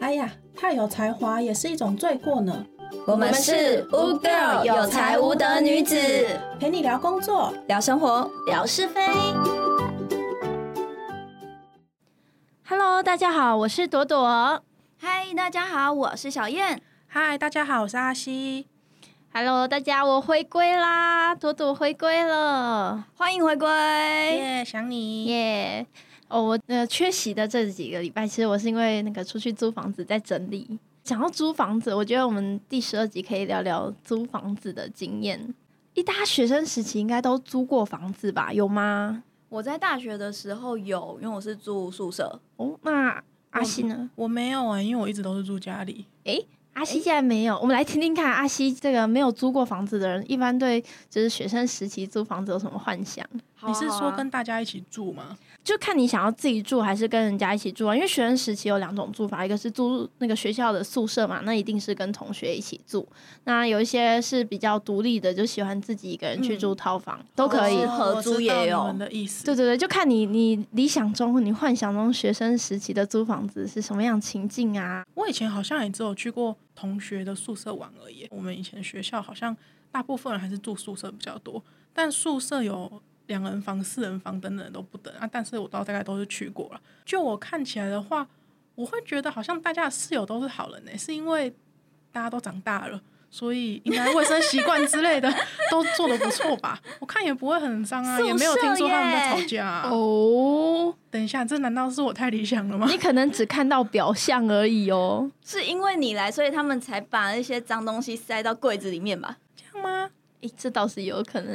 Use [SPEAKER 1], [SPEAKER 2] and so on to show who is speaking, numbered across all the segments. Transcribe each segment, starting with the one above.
[SPEAKER 1] 哎太有才华也是一种罪过呢。
[SPEAKER 2] 我们是 Wu Girl 有才无德女子，
[SPEAKER 1] 陪你聊工作，
[SPEAKER 2] 聊生活。
[SPEAKER 3] 聊是非。
[SPEAKER 4] Hello，大家好，我是朵朵。
[SPEAKER 3] 嗨，大家好，我是小燕。
[SPEAKER 1] 嗨，大家好，我是阿西。
[SPEAKER 4] Hello，大家，我回归啦，朵朵回归了，
[SPEAKER 3] 欢迎回归。
[SPEAKER 1] 耶、
[SPEAKER 5] 哎
[SPEAKER 1] 想你
[SPEAKER 4] 耶、哦，我呃缺席的这几个礼拜，其实我是因为那个出去租房子在整理。讲到租房子，我觉得我们第十二集可以聊聊租房子的经验。一大家学生时期应该都租过房子吧？有吗？
[SPEAKER 3] 我在大学的时候有，因为我是住宿舍，
[SPEAKER 4] 哦，那阿西呢？
[SPEAKER 5] 我没有啊、因为我一直都是住家里。
[SPEAKER 4] 诶，哦阿西现在没有，我们来听听看阿西这个没有租过房子的人，一般对就是学生时期租房子有什么幻想？
[SPEAKER 3] 好啊
[SPEAKER 5] 你是
[SPEAKER 3] 好
[SPEAKER 5] 说
[SPEAKER 3] 啊
[SPEAKER 5] 跟大家一起住吗？
[SPEAKER 4] 就看你想要自己住还是跟人家一起住啊。因为学生时期有两种住法，一个是租那个学校的宿舍嘛，那一定是跟同学一起住。那有一些是比较独立的，就喜欢自己一个人去住套房，都可以。
[SPEAKER 3] 哦合租也有
[SPEAKER 5] 嗯我知道你们的意思。
[SPEAKER 4] 对对对，就看你你理想中或你幻想中学生时期的租房子是什么样情境啊？
[SPEAKER 5] 我以前好像也只有去过同学的宿舍玩而已。我们以前学校好像大部分人还是住宿舍比较多，但宿舍有两人房、四人房等等的都不等啊。但是我到大概都是去过了。就我看起来的话，我会觉得好像大家的室友都是好人呢、欸是因为大家都长大了。所以应该卫生习惯之类的 都做的不错吧？我看也不会很脏啊，
[SPEAKER 3] 宿舍
[SPEAKER 5] 也没有听说他们在
[SPEAKER 3] 耶
[SPEAKER 5] 吵架、啊。
[SPEAKER 4] 哦，
[SPEAKER 5] 等一下，这难道是我太理想了吗？
[SPEAKER 4] 你可能只看到表象而已哦。
[SPEAKER 3] 是因为你来，所以他们才把那些脏东西塞到柜子里面吧？
[SPEAKER 5] 这样吗？
[SPEAKER 4] 诶，这倒是有可能。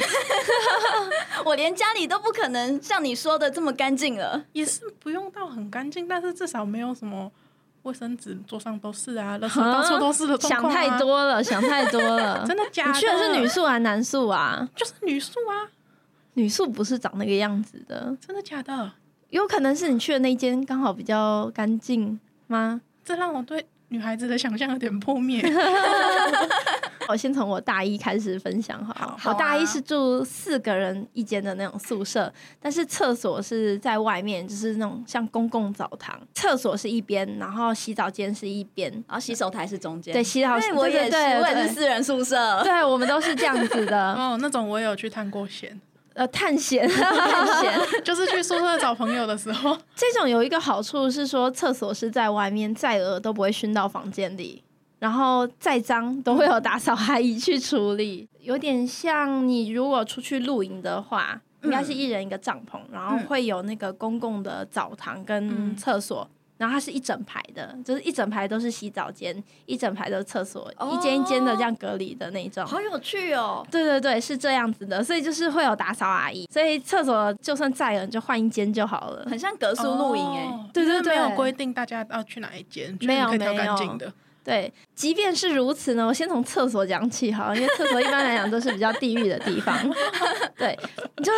[SPEAKER 3] 我连家里都不可能像你说的这么干净了。
[SPEAKER 5] 也是不用到很干净，但是至少没有什么卫生纸桌上都是啊，垃圾到处都是的 状
[SPEAKER 4] 想
[SPEAKER 5] 况、啊、
[SPEAKER 4] 太，多了，想太多了。
[SPEAKER 5] 真的假的？
[SPEAKER 4] 你去的是女，宿还是男宿啊？
[SPEAKER 5] 就是女宿啊，
[SPEAKER 4] 女宿不是长那个样子的，
[SPEAKER 5] 真的假的？
[SPEAKER 4] 有可能是你去的那间刚好比较干净吗？
[SPEAKER 5] 这让我对女孩子的想象有点破 灭。
[SPEAKER 4] 我先从我大一开始分享好了。
[SPEAKER 3] 好啊
[SPEAKER 4] 我大一是住四个人一间的那种宿舍，但是厕所是在外面，就是那种像公共澡堂，厕所是一边，然后洗澡间是一边。
[SPEAKER 3] 然后洗手台是中间，
[SPEAKER 4] 对，洗澡
[SPEAKER 3] 对，我也是，
[SPEAKER 4] 对对
[SPEAKER 3] 我也是
[SPEAKER 4] 对
[SPEAKER 3] 私人宿舍。
[SPEAKER 4] 对，我们都是这样子 的。
[SPEAKER 5] 哦，那种我也有去探过险，
[SPEAKER 4] 呃，探险。
[SPEAKER 3] 很闲
[SPEAKER 5] 就是去宿舍找朋友的时 候，
[SPEAKER 4] 这种有一个好处是说，厕所是在外面，再恶都不会熏到房间里，然后再脏都会有打扫阿姨去处理， 有点像你如果出去露营的话。
[SPEAKER 3] 嗯
[SPEAKER 4] 应该是一人一个帐篷，然后会有那个公共的澡堂跟
[SPEAKER 5] 嗯
[SPEAKER 4] 厕所，然后它是一整排的，就是一整排都是洗澡间，一整排都是厕所，
[SPEAKER 3] 哦
[SPEAKER 4] 一间一间的这样隔离的那种。
[SPEAKER 3] 好有趣哦。
[SPEAKER 4] 对对对，是这样子的，所以就是会有打扫阿姨，所以厕所就算再冷就换一间就好了。
[SPEAKER 3] 很像格宿露营哎、
[SPEAKER 5] 哦
[SPEAKER 4] 欸对对
[SPEAKER 5] 就是没
[SPEAKER 4] 对
[SPEAKER 5] 有规定大家要去哪一间，就是
[SPEAKER 4] 没有
[SPEAKER 5] 你可以挑
[SPEAKER 4] 没
[SPEAKER 5] 干
[SPEAKER 4] 有
[SPEAKER 5] 净的。
[SPEAKER 4] 对，即便是如此呢，我先从厕所讲起好了，因为厕所一般来讲都是比较地狱的地方。 对，就是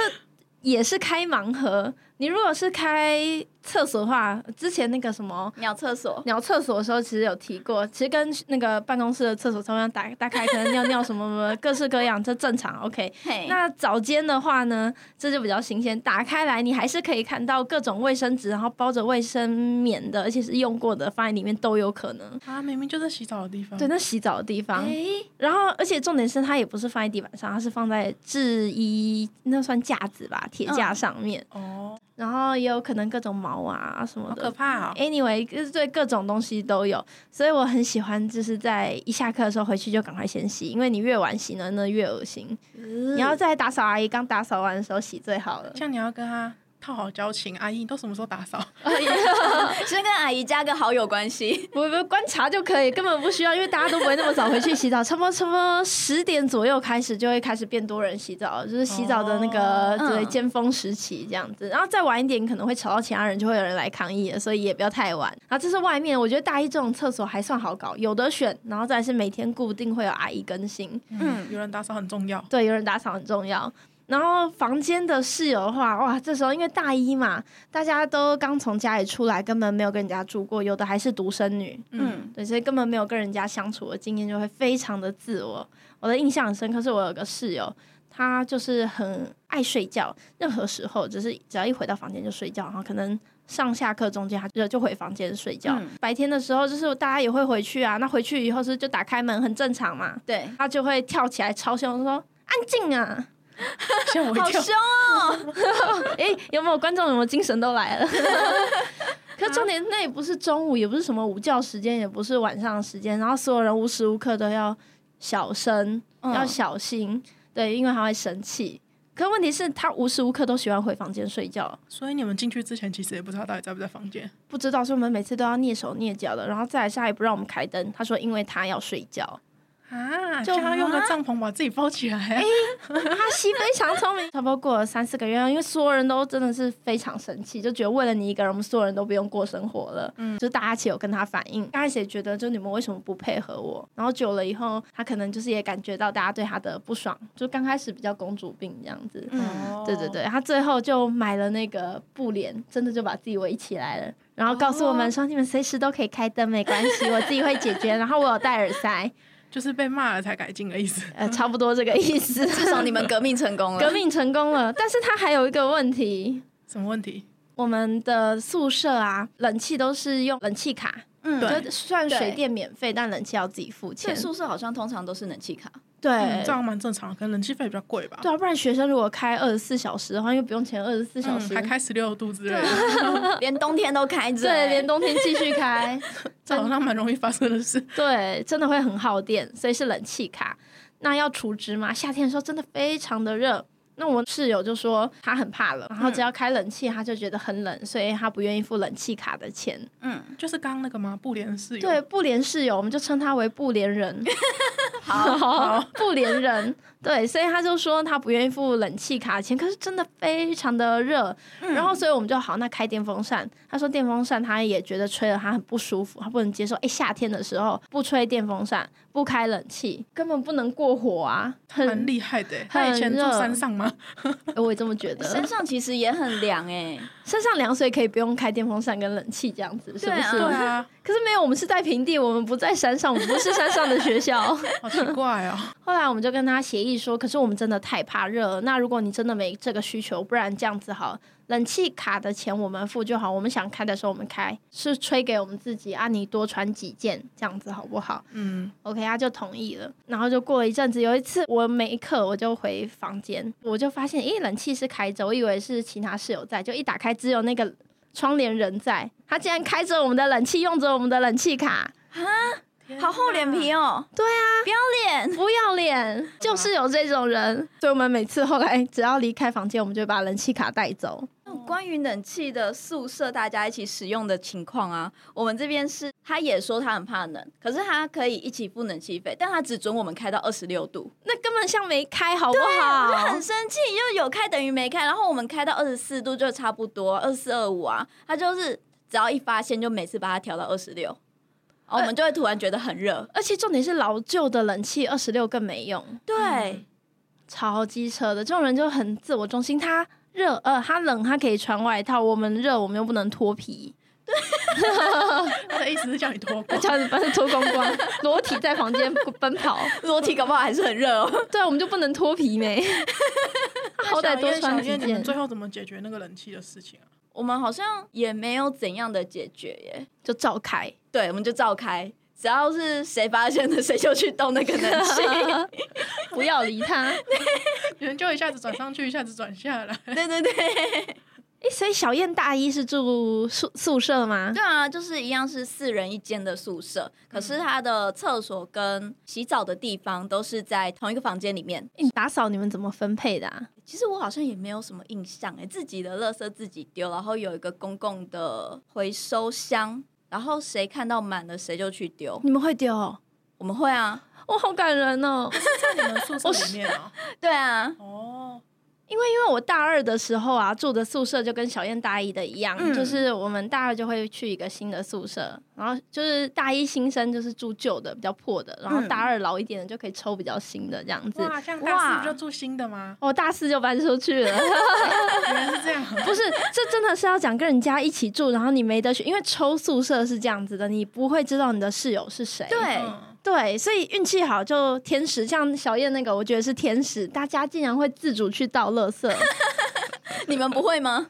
[SPEAKER 4] 也是开盲盒。你如果是开厕所的话，之前那个什么
[SPEAKER 3] 鸟厕所，
[SPEAKER 4] 鸟厕所的时候，其实有提过，其实跟那个办公室的厕所差不多，打打开可能尿尿什么什么，各式各样，这正常 OK。
[SPEAKER 3] 嘿，
[SPEAKER 4] 那早间的话呢，这就比较新鲜，打开来你还是可以看到各种卫生纸，然后包着卫生棉的，而且是用过的，放在里面都有可能。
[SPEAKER 5] 啊，明明就是洗澡的地方。
[SPEAKER 4] 对，那洗澡的地方。
[SPEAKER 3] 诶
[SPEAKER 4] 然后，而且重点是它也不是放在地板上，它是放在制衣那算架子吧，铁架上面。
[SPEAKER 5] 哦，
[SPEAKER 4] 然后也有可能各种毛啊什么
[SPEAKER 5] 好
[SPEAKER 4] 的。
[SPEAKER 5] 可怕哦！
[SPEAKER 4] Anyway，就是对各种东西都有，所以我很喜欢，就是在一下课的时候回去就赶快先洗，因为你越晚洗呢，那越恶心。
[SPEAKER 3] 呃
[SPEAKER 4] 你
[SPEAKER 5] 嗯
[SPEAKER 4] 要在打扫阿姨刚打扫完的时候洗最好了。
[SPEAKER 5] 像你要跟他套好交情，阿姨，你都什么时候打扫？
[SPEAKER 3] 先跟阿姨加个好友关系，
[SPEAKER 4] 我我观察就可以，根本不需要，因为大家都不会那么早回去洗澡， 差不多差不多十点左右开始就会开始变多人洗澡，就是洗澡的那个、
[SPEAKER 3] 哦
[SPEAKER 4] 对
[SPEAKER 3] 嗯
[SPEAKER 4] 尖峰时期这样子。然后再晚一点，可能会吵到其他人，就会有人来抗议了，所以也不要太晚。然后这是外面，我觉得大一这种厕所还算好搞，有的选，然后再来是每天固定会有阿姨更新，
[SPEAKER 3] 嗯
[SPEAKER 5] 有人打扫很重要。
[SPEAKER 4] 对，有人打扫很重要。然后房间的室友的话，哇，这时候因为大一嘛，大家都刚从家里出来，根本没有跟人家住过，有的还是独生女，
[SPEAKER 5] 嗯，
[SPEAKER 4] 对，所以根本没有跟人家相处的经验，就会非常的自我。我的印象很深刻，是我有个室友，他就是很爱睡觉，任何时候只是只要一回到房间就睡觉，然后可能上下课中间他就就回房间睡觉。
[SPEAKER 3] 嗯
[SPEAKER 4] 白天的时候就是大家也会回去啊，那回去以后是就打开门很正常嘛，
[SPEAKER 3] 对，
[SPEAKER 4] 他就会跳起来超凶说。安静啊！
[SPEAKER 5] 吓我一
[SPEAKER 3] 好
[SPEAKER 5] 跳。
[SPEAKER 3] 凶哦！
[SPEAKER 4] 诶，有没有观众？有没有精神都来了？ 可重点那也不是中午，也不是什么午觉时间，也不是晚上时间，然后所有人无时无刻都要小声，要
[SPEAKER 3] 嗯
[SPEAKER 4] 小心，对，因为他会生气。可问题是，他无时无刻都喜欢回房间睡觉，
[SPEAKER 5] 所以你们进去之前，其实也不知道他到底在不在房间。
[SPEAKER 4] 不知道，所以我们每次都要蹑手蹑脚的。然后再来是，他也不让我们开灯，他说因为他要睡觉。
[SPEAKER 5] 啊，
[SPEAKER 4] 就
[SPEAKER 5] 就要用个帐篷把自己包起来、
[SPEAKER 4] 哎
[SPEAKER 5] 啊。
[SPEAKER 4] 他西非常聪明，差 不多过了三四个月，因为所有人都真的是非常生气，就觉得为了你一个人，我们所有人都不用过生活了。嗯，就大家其实有跟他反映，刚开始也觉得就你们为什么不配合我？然后久了以后，他可能就是也感觉到大家对他的不爽，就刚开始比较公主病这样子。
[SPEAKER 3] 嗯，
[SPEAKER 4] 对
[SPEAKER 5] 哦
[SPEAKER 4] 对对，他最后就买了那个布帘，真的就把自己围起来了，然后告诉我们说：“你们随时都可以开灯，没关系，我自己会解决。”然后我有戴耳塞，
[SPEAKER 5] 就是被骂了才改进的意思。
[SPEAKER 4] 呃，差不多这个意思。
[SPEAKER 3] 至少你们革命成功了。
[SPEAKER 4] 革命成功了，但是他还有一个问题，
[SPEAKER 5] 什么问题？
[SPEAKER 4] 我们的宿舍啊，冷气都是用冷气卡，
[SPEAKER 3] 嗯，
[SPEAKER 5] 对
[SPEAKER 4] 就算
[SPEAKER 3] 对
[SPEAKER 4] 水电免费，但冷气要自己付
[SPEAKER 3] 所以
[SPEAKER 4] 钱。
[SPEAKER 3] 宿舍好像通常都是冷气 卡。
[SPEAKER 4] 对。
[SPEAKER 5] 嗯这样蛮正常的，可能人气费比较贵吧。
[SPEAKER 4] 对啊，不然学生如果开二十四小时的话，又不用钱二十四小
[SPEAKER 5] 嗯，
[SPEAKER 4] 时，啊
[SPEAKER 5] 还开十六度之类的，
[SPEAKER 3] 连冬天都开着、欸
[SPEAKER 4] 对， 连冬天继续开，
[SPEAKER 5] 这好像蛮容易发生的事。
[SPEAKER 4] 对，真的会很耗电，所以是冷气卡。那要除脂嘛，夏天的时候真的非常的热。那我室友就说他很怕冷，然后只要开冷气他就觉得很冷，所以他不愿意付冷气卡的钱。
[SPEAKER 3] 嗯，
[SPEAKER 5] 就是刚刚那个吗？布帘室友。
[SPEAKER 4] 对，，布帘室友，我们就称他为布帘人。 好，布帘人。对，所以他就说他不愿意付冷气卡钱，可是真的非常的热。然后，所以我们就好，那开电风扇。他说电风扇他也觉得吹了他很不舒服，他不能接受。哎，夏天的时候不吹电风扇，不开冷气，根本不能过火啊！
[SPEAKER 5] 蛮
[SPEAKER 4] 很，
[SPEAKER 5] 厉害的欸。他以
[SPEAKER 4] 很
[SPEAKER 5] 前住
[SPEAKER 4] 热
[SPEAKER 5] 山上吗？
[SPEAKER 4] 我也这么觉得。
[SPEAKER 3] 身上其实也很凉哎、
[SPEAKER 4] 身上凉，所以可以不用开电风扇跟冷气这样子，是不
[SPEAKER 3] 对啊
[SPEAKER 4] 是？
[SPEAKER 5] 对啊，
[SPEAKER 4] 可是没有，我们是在平地，我们不在山上，我们不是山上的学校。
[SPEAKER 5] 好奇怪哦。
[SPEAKER 4] 后来我们就跟他协议说，可是我们真的太怕热了。那如果你真的没这个需求，不然这样子好了，冷气卡的钱我们付就好。我们想开的时候我们开，是吹给我们自己啊，你多穿几件这样子好不好
[SPEAKER 5] 嗯，
[SPEAKER 4] ？OK，他就同意了。然后就过了一阵子，有一次我没课，我就回房间，我就发现，咦，冷气是开着，我以为是其他室友在，就一打开只有那个窗帘人在，他竟然开着我们的冷气，用着我们的冷气卡。
[SPEAKER 3] 好厚脸皮哦。对啊，不要脸。
[SPEAKER 4] 不要脸，就是有这种人。所以我们每次后来只要离开房间，我们就会把冷气卡带走。
[SPEAKER 3] 关于冷气的宿舍大家一起使用的情况啊，我们这边是他也说他很怕冷，可是他可以一起付冷气费，但他只准我们开到二十六度，
[SPEAKER 4] 那根本像没开，好不
[SPEAKER 3] 我
[SPEAKER 4] 好？
[SPEAKER 3] 很生气，就有开等于没开，然后我们开到二十四度就差不多，二四二五啊，他就是只要一发现就每次把它调到二十六，然后我们就会突然觉得很热，
[SPEAKER 4] 而且重点是老旧的冷气二十六更没用，
[SPEAKER 3] 对，
[SPEAKER 4] 超机车的这种人就很自我中心。他热呃，他冷他可以穿外套，我们热我们又不能脱 皮，
[SPEAKER 5] 他的意思是叫你脱 光
[SPEAKER 4] 这。样子把它脱光光，裸体在房间奔跑。
[SPEAKER 3] 裸体搞不好还是很热哦。
[SPEAKER 4] 对啊，我们就不能脱皮没？他 好歹多穿
[SPEAKER 5] 想
[SPEAKER 4] 几
[SPEAKER 5] 念你们
[SPEAKER 4] 件，
[SPEAKER 5] 最后怎么解决那个冷气的事情啊？
[SPEAKER 3] 我们好像也没有怎样的解决耶，
[SPEAKER 4] 就照开。
[SPEAKER 3] 对，我们就照开，只要是谁发现的，谁就去动那个冷气。
[SPEAKER 4] 不要理他。
[SPEAKER 5] 你们就一下子转上去，一下子转下来。
[SPEAKER 3] 对对对，
[SPEAKER 4] 诶，所以小燕大一是住宿宿舍吗？
[SPEAKER 3] 对啊，就是一样是四人一间的宿舍，可是它的厕所跟洗澡的地方都是在同一个房间里面。
[SPEAKER 4] 诶你打扫你们怎么分配的、啊？
[SPEAKER 3] 其实我好像也没有什么印象哎，自己的垃圾自己丢，然后有一个公共的回收箱，然后谁看到满了谁就去丢。
[SPEAKER 4] 你们会丢、哦？
[SPEAKER 3] 我们会啊，
[SPEAKER 4] 我、好感人哦！
[SPEAKER 5] 在你们宿舍里面啊？
[SPEAKER 3] 对啊，
[SPEAKER 5] 哦，
[SPEAKER 4] 因为因为我大二的时候啊，住的宿舍就跟小燕大一的一样，
[SPEAKER 3] 嗯
[SPEAKER 4] 就是我们大二就会去一个新的宿舍，然后就是大一新生就是住旧的比较破的，然后
[SPEAKER 3] 嗯
[SPEAKER 4] 大二老一点的就可以抽比较新的这样子。
[SPEAKER 5] 哇，这样大四
[SPEAKER 3] 哇
[SPEAKER 5] 不就住新的吗？
[SPEAKER 4] 我、大四就搬出去 了，
[SPEAKER 5] 原来是这样。
[SPEAKER 4] 不是，这真的是要讲跟人家一起住，然后你没得选，因为抽宿舍是这样子的，你不会知道你的室友是谁。
[SPEAKER 3] 对，
[SPEAKER 5] 嗯
[SPEAKER 4] 对，所以运气好就天使，像小燕那个，我觉得是天使，大家竟然会自主去倒垃圾。
[SPEAKER 3] 你们不会吗？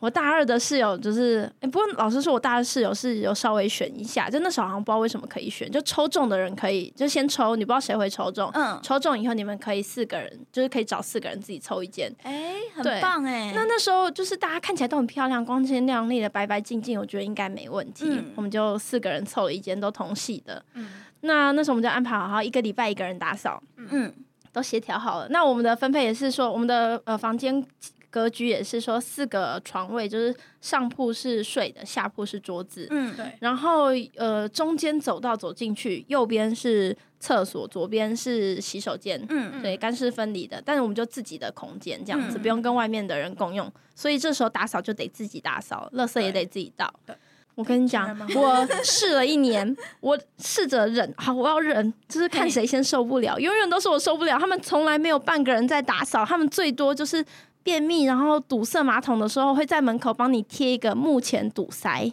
[SPEAKER 4] 我大二的室友就是，诶不过老实说，我大二室友是有稍微选一下，就那时候好像不知道为什么可以选，就抽中的人可以就先抽，你不知道谁会抽中，
[SPEAKER 3] 嗯，
[SPEAKER 4] 抽中以后你们可以四个人，就是可以找四个人自己抽一间。
[SPEAKER 3] 哎，很
[SPEAKER 4] 对
[SPEAKER 3] 棒哎。
[SPEAKER 4] 那那时候就是大家看起来都很漂亮、光鲜亮丽的，白白净净，我觉得应该没问题。
[SPEAKER 3] 嗯
[SPEAKER 4] 我们就四个人凑了一间，都同系的。
[SPEAKER 5] 嗯
[SPEAKER 4] 那那时候我们就安排好，好一个礼拜一个人打扫，
[SPEAKER 3] 嗯，
[SPEAKER 4] 都协调好了。那我们的分配也是说，我们的呃房间格局也是说四个床位，就是上铺是睡的，下铺是桌子，
[SPEAKER 3] 嗯，
[SPEAKER 5] 对，
[SPEAKER 4] 然后呃中间走道走进去，右边是厕所，左边是洗手间。
[SPEAKER 3] 嗯，
[SPEAKER 4] 对，干湿分离的，但是我们就自己的空间这样子，
[SPEAKER 3] 嗯
[SPEAKER 4] 不用跟外面的人共用，所以这时候打扫就得自己打扫，垃圾也得自己倒
[SPEAKER 5] 对。
[SPEAKER 4] 我跟你讲
[SPEAKER 5] 听起来，蛮
[SPEAKER 4] 我试了一年，我试着忍，好，我要忍，就是看
[SPEAKER 3] 嘿
[SPEAKER 4] 谁先受不了，永远都是我受不了。他们从来没有半个人在打扫，他们最多就是便秘，然后堵塞马桶的时候会在门口帮你贴一个目前堵塞，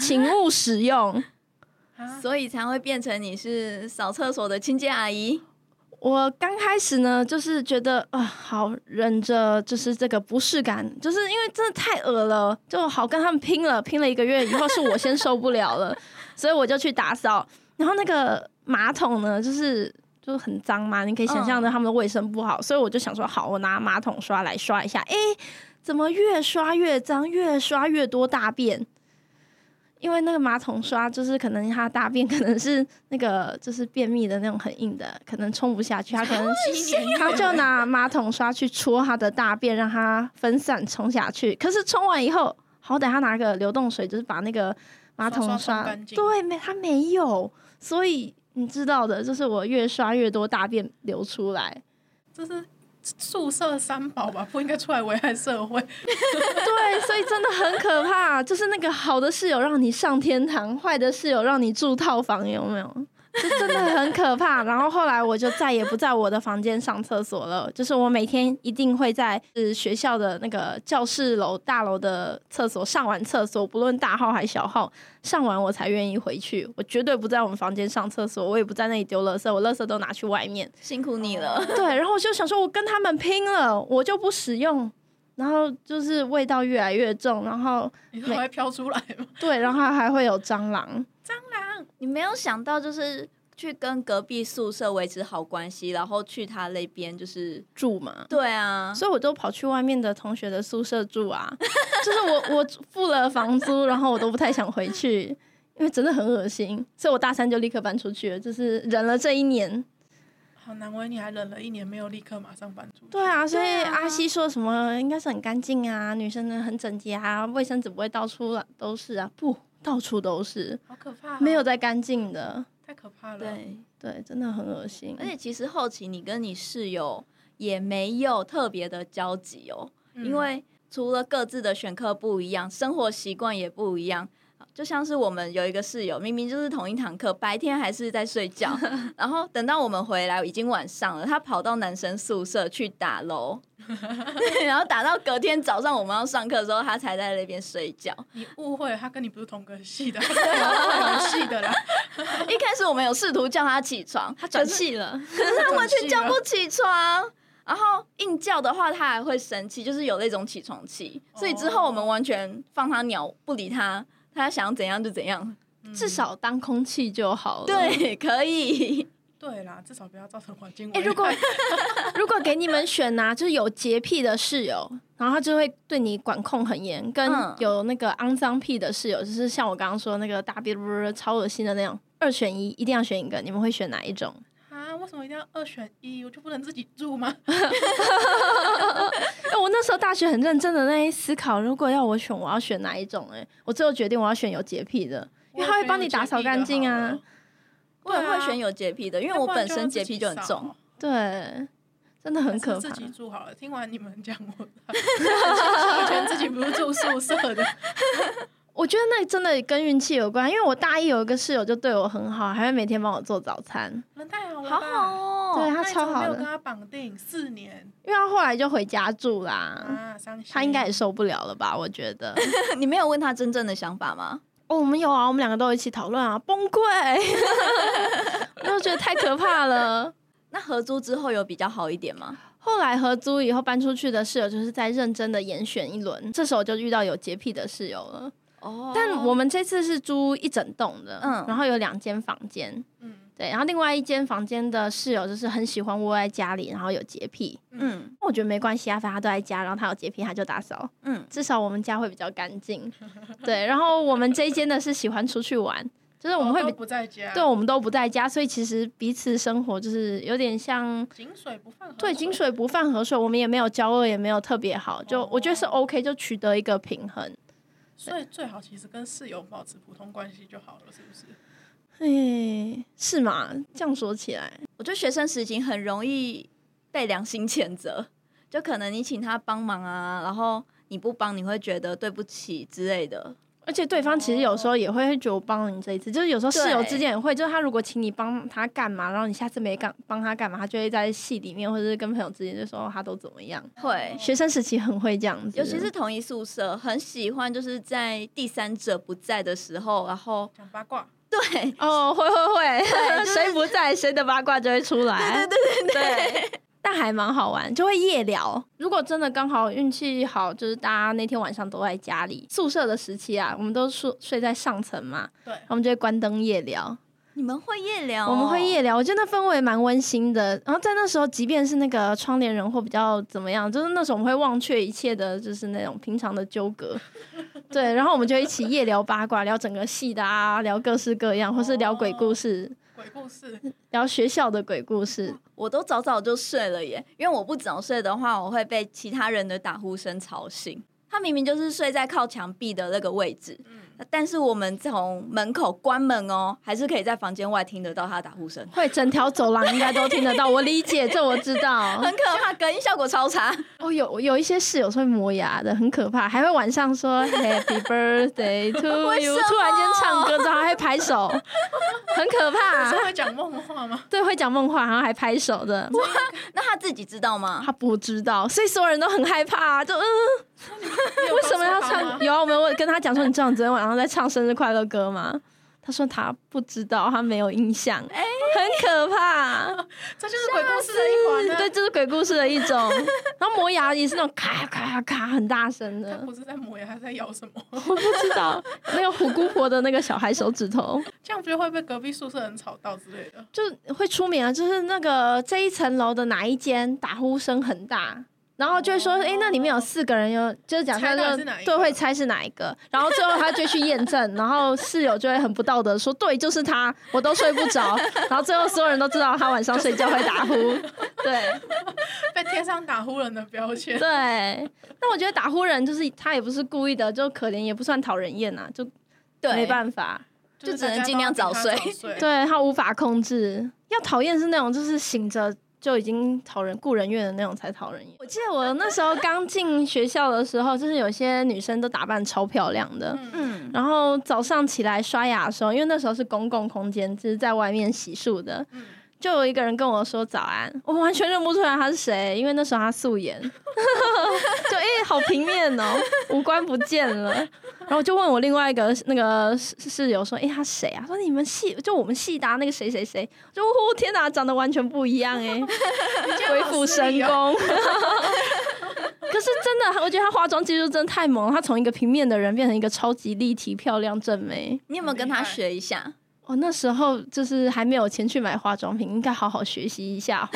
[SPEAKER 4] 请勿使用。
[SPEAKER 5] 啊
[SPEAKER 3] 所以才会变成你是扫厕所的清洁阿姨。
[SPEAKER 4] 我刚开始呢，就是觉得啊、好忍着，就是这个不适感，就是因为真的太恶了，就好跟他们拼了，拼了一个月以后是我先受不了了，所以我就去打扫。然后那个马桶呢，就是就是很脏嘛，你可以想象的他们的卫生不好，所以我就想说，好，我拿马桶刷来刷一下，诶，怎么越刷越脏，越刷越多大便？因为那个马桶刷就是可能它大便可能是那个就是便秘的那种很硬的，可能冲不下去，它可能他就拿马桶刷去戳他的大便，让它分散冲下去。可是冲完以后，好歹他拿个流动水，就是把那个马桶
[SPEAKER 5] 刷
[SPEAKER 4] 刷，
[SPEAKER 5] 刷冲干净
[SPEAKER 4] 对，没他没有，所以你知道的，就是我越刷越多大便流出来。
[SPEAKER 5] 这是宿舍三宝吧，不应该出来危害社会。
[SPEAKER 4] 对，所以真的很可怕。就是那个好的室友让你上天堂，坏的室友让你住套房，有没有？这真的很可怕。然后后来我就再也不在我的房间上厕所了，就是我每天一定会在呃学校的那个教室楼大楼的厕所上完厕所，不论大号还小号，上完我才愿意回去。我绝对不在我们房间上厕所，我也不在那里丢垃圾，我垃圾都拿去外面。
[SPEAKER 3] 辛苦你了。
[SPEAKER 4] 对，然后我就想说，我跟他们拼了，我就不使用。然后就是味道越来越重，然后
[SPEAKER 5] 你说会飘出来吗？
[SPEAKER 4] 对，然后还会有蟑螂。
[SPEAKER 3] 你没有想到，就是去跟隔壁宿舍维持好关系，然后去他那边，就是
[SPEAKER 4] 住 嘛，
[SPEAKER 3] 对啊，
[SPEAKER 4] 所以我都跑去外面的同学的宿舍住啊。 就是我我付了房租，然后我都不太想回去，因为真的很恶心，所以我大三就立刻搬出去了，就是忍了这一年。
[SPEAKER 5] 好难为你，还忍了一年没有立刻马上搬出去。
[SPEAKER 4] 对啊，所以
[SPEAKER 3] 对啊
[SPEAKER 4] 阿西说什么应该是很干净啊，女生呢很整洁啊，卫生纸不会到处都是啊，不，到处都是，
[SPEAKER 5] 好可怕、哦
[SPEAKER 4] 没有，在干净的。
[SPEAKER 5] 太可怕了。
[SPEAKER 3] 对。
[SPEAKER 4] 对，真的很恶心。
[SPEAKER 3] 而且其实后期你跟你室友也没有特别的交集哦，
[SPEAKER 5] 嗯，
[SPEAKER 3] 因为除了各自的选课不一样，生活习惯也不一样。就像是我们有一个室友，明明就是同一堂课，白天还是在睡觉，然后等到我们回来已经晚上了，他跑到男生宿舍去打楼，对，然后打到隔天早上我们要上课的时候，他才在那边睡觉。
[SPEAKER 5] 你误会了，他跟你不是同个系 的，他是同个系的啦。
[SPEAKER 3] 一开始我们有试图叫他起床，他
[SPEAKER 4] 转气了，
[SPEAKER 5] 可是他
[SPEAKER 3] 完全叫不起床。然后硬叫的话，他还会生气，就是有那种起床气。所以之后我们完全放他鸟，不理他，他想怎样就怎样。
[SPEAKER 4] 至少当空气就好了。
[SPEAKER 3] 对，可以。
[SPEAKER 5] 嗯对啦，至少不要造成环境。
[SPEAKER 4] 哎、如果如果给你们选呐、就是有洁癖的室友，然后他就会对你管控很严，跟
[SPEAKER 3] 嗯
[SPEAKER 4] 有那个肮脏癖的室友，就是像我刚刚说那个大便不不超恶心的那种，二选一，一定要选一个，你们会选哪一种？
[SPEAKER 5] 啊，为什么一定要二选一？我就不能自己住吗？
[SPEAKER 4] 哎、我那时候大学很认真的在思考，如果要我选，我要选哪一种、哎，我最后决定我要选有洁癖的，因为他会帮你打扫干净啊。
[SPEAKER 3] 我也会选有洁癖的，因为
[SPEAKER 5] 要
[SPEAKER 3] 我
[SPEAKER 5] 不然
[SPEAKER 3] 本
[SPEAKER 5] 要
[SPEAKER 3] 身洁
[SPEAKER 5] 自己
[SPEAKER 3] 癖就很重。
[SPEAKER 5] 扫，
[SPEAKER 4] 对，真的很可
[SPEAKER 5] 还是
[SPEAKER 4] 怕。
[SPEAKER 5] 自己住好了，听完你们讲我， 我觉得自己不是住宿舍的，
[SPEAKER 4] 我觉得那真的跟运气有关，因为我大一有一个室友就对我很好，还会每天帮我做早餐，
[SPEAKER 5] 人太好了吧，
[SPEAKER 3] 好好
[SPEAKER 4] 对
[SPEAKER 3] 哦，
[SPEAKER 4] 他
[SPEAKER 5] 那你怎
[SPEAKER 4] 超
[SPEAKER 5] 么
[SPEAKER 4] 好
[SPEAKER 5] 没有
[SPEAKER 4] 的
[SPEAKER 5] 跟。他绑定四年
[SPEAKER 4] 因为他后来就回家住啦，
[SPEAKER 5] 啊，伤心。
[SPEAKER 4] 他应该也受不了了吧？我觉得。
[SPEAKER 3] 你没有问他真正的想法吗？
[SPEAKER 4] 哦，我们有啊，我们两个都一起讨论啊，崩溃。因为我觉得太可怕了。
[SPEAKER 3] 那合租之后有比较好一点吗？
[SPEAKER 4] 后来合租以后搬出去的室友，就是在认真的严选一轮。这时候我就遇到有洁癖的室友了。
[SPEAKER 3] 哦
[SPEAKER 4] 但我们这次是租一整栋的，
[SPEAKER 3] 嗯
[SPEAKER 4] 然后有两间房间，
[SPEAKER 5] 嗯
[SPEAKER 4] 对，然后另外一间房间的室友就是很喜欢窝在家里，然后有洁癖。
[SPEAKER 3] 嗯
[SPEAKER 4] 我觉得没关系啊，反正他都在家，然后他有洁癖，他就打扫，
[SPEAKER 3] 嗯，
[SPEAKER 4] 至少我们家会比较干净。对，然后我们这一间的是喜欢出去玩，就是我们会
[SPEAKER 5] 嗯都
[SPEAKER 4] 比，
[SPEAKER 5] 不在家，
[SPEAKER 4] 对，我们都不在家，所以其实彼此生活就是有点像
[SPEAKER 5] 井水不犯河
[SPEAKER 4] 对，井水不犯河水，我们也没有交恶，也没有特别好，就我觉得是 OK，就取得一个平衡。
[SPEAKER 5] 所以最好其实跟室友保持普通关系就好了，是不是？
[SPEAKER 4] 哎，是吗？这样说起来，
[SPEAKER 3] 我觉得学生时期很容易被良心谴责， 就可能你请他帮忙啊，然后你不帮，你会觉得对不起之类的。
[SPEAKER 4] 而且对方其实有时候也会觉得我帮了你这一次，就是有时候室友之间也会，就是他如果请你帮他干嘛，然后你下次没干帮他干嘛，他就会在戏里面或者是跟朋友之间就说哦他都怎么样。
[SPEAKER 3] 会，
[SPEAKER 4] 学生时期很会这样子，
[SPEAKER 3] 尤其是同一宿舍，很喜欢就是在第三者不在的时候，然后
[SPEAKER 5] 讲八卦，
[SPEAKER 3] 对
[SPEAKER 4] 哦，会会会，谁不在谁的八卦就会出来。对 对对对但还蛮好玩，就会夜聊。如果真的刚好运气好，就是大家那天晚上都在家里，宿舍的时期啊，我们都睡睡在上层嘛，
[SPEAKER 5] 对，
[SPEAKER 4] 我们就会关灯夜聊。
[SPEAKER 3] 你们会夜聊哦、
[SPEAKER 4] 我们会夜聊，我觉得那氛围蛮温馨的。然后在那时候，即便是那个窗帘人或比较怎么样，就是那时候我们会忘却一切的，就是那种平常的纠 葛。对，然后我们就一起夜聊八卦，聊整个系的啊，聊各式各
[SPEAKER 3] 哦
[SPEAKER 4] 样，或是聊鬼故事，
[SPEAKER 5] 鬼故 事，
[SPEAKER 4] 聊学校的鬼故事。
[SPEAKER 3] 我都早早就睡了耶，因为我不早睡的话，我会被其他人的打呼声吵醒。他明明就是睡在靠墙壁的那个位置，
[SPEAKER 4] 嗯
[SPEAKER 3] 但是我们从门口关门哦，还是可以在房间外听得到他打呼声，
[SPEAKER 4] 会整条走廊应该都听得到，我理解，这我知道
[SPEAKER 3] 很。可怕，隔音效果超差。
[SPEAKER 4] 哦，有有一些室友是会磨牙的，很可怕，还会晚上说 Happy Birthday to
[SPEAKER 3] 为什
[SPEAKER 4] you，
[SPEAKER 3] 么
[SPEAKER 4] 突然间唱歌，然后还拍手，很可怕。
[SPEAKER 5] 是会讲梦话 吗？
[SPEAKER 4] 对，会讲梦话，然后还拍手的。
[SPEAKER 3] 那他自己知道吗？
[SPEAKER 4] 他不知道，所以所有人都很害怕、就嗯，为什么要唱？有啊，我们问跟他讲说，你知道你昨天晚上在唱生日快乐歌吗？他说他不知道，他没有印象，很可怕。
[SPEAKER 5] 这就是鬼故事的一环啊呢。
[SPEAKER 4] 对，这是鬼故事的一种。然后磨牙也是那种咔咔咔很大声
[SPEAKER 5] 他
[SPEAKER 4] 的，
[SPEAKER 5] 不是在磨牙，他是在咬什么？
[SPEAKER 4] 我不知道那个虎姑婆的那个小孩手指头。
[SPEAKER 5] 这样不就会被隔壁宿舍人吵到之类的？
[SPEAKER 4] 就会出名啊，就是那个这一层楼的哪一间打呼声很大，然后就会说，
[SPEAKER 5] 哦
[SPEAKER 4] 哎、那里面有四个人有，就是假设
[SPEAKER 5] 猜到底
[SPEAKER 4] 那
[SPEAKER 5] 是哪一个
[SPEAKER 4] 对会猜是哪一个，然后最后他就去验证，然后室友就会很不道德说，对，就是他，我都睡不着，然后最后所有人都知道他晚上睡觉会打呼，对
[SPEAKER 5] 被贴上打呼人的标签，
[SPEAKER 4] 对，但我觉得打呼人就是他也不是故意的，就可怜也不算讨人厌啊，就
[SPEAKER 3] 对，
[SPEAKER 4] 没办法。
[SPEAKER 5] 就
[SPEAKER 3] 就是只能
[SPEAKER 5] 大家
[SPEAKER 3] 尽量
[SPEAKER 5] 都要
[SPEAKER 3] 早
[SPEAKER 5] 比他
[SPEAKER 3] 睡
[SPEAKER 5] 睡。
[SPEAKER 4] 对他无法控制。要讨厌是那种就是醒着就已经讨人故人怨的那种才讨人厌。我记得我那时候刚进学校的时候，就是有些女生都打扮超漂亮的。
[SPEAKER 5] 嗯，
[SPEAKER 3] 嗯，
[SPEAKER 4] 然后早上起来刷牙的时候，因为那时候是公共空间，就是在外面洗漱的，
[SPEAKER 5] 嗯
[SPEAKER 4] 就有一个人跟我说早安，我完全认不出来他是谁，因为那时候他素颜， 就诶、好平面哦，五官不见了。然后我就问我另外一个那个室室友说，诶、他谁啊？他说你们系就我们系达那个谁谁谁，我就哦天哪，长得完全不一样诶、 恢复神 功。可是真的，我觉得她化妆技术真的太猛了，她从一个平面的人变成一个超级立体漂亮正妹。
[SPEAKER 3] 你有没有跟
[SPEAKER 5] 很
[SPEAKER 3] 他
[SPEAKER 5] 厉害
[SPEAKER 3] 学一下？
[SPEAKER 4] 哦，那时候就是还没有钱去买化妆品，应该好好学习一下哦。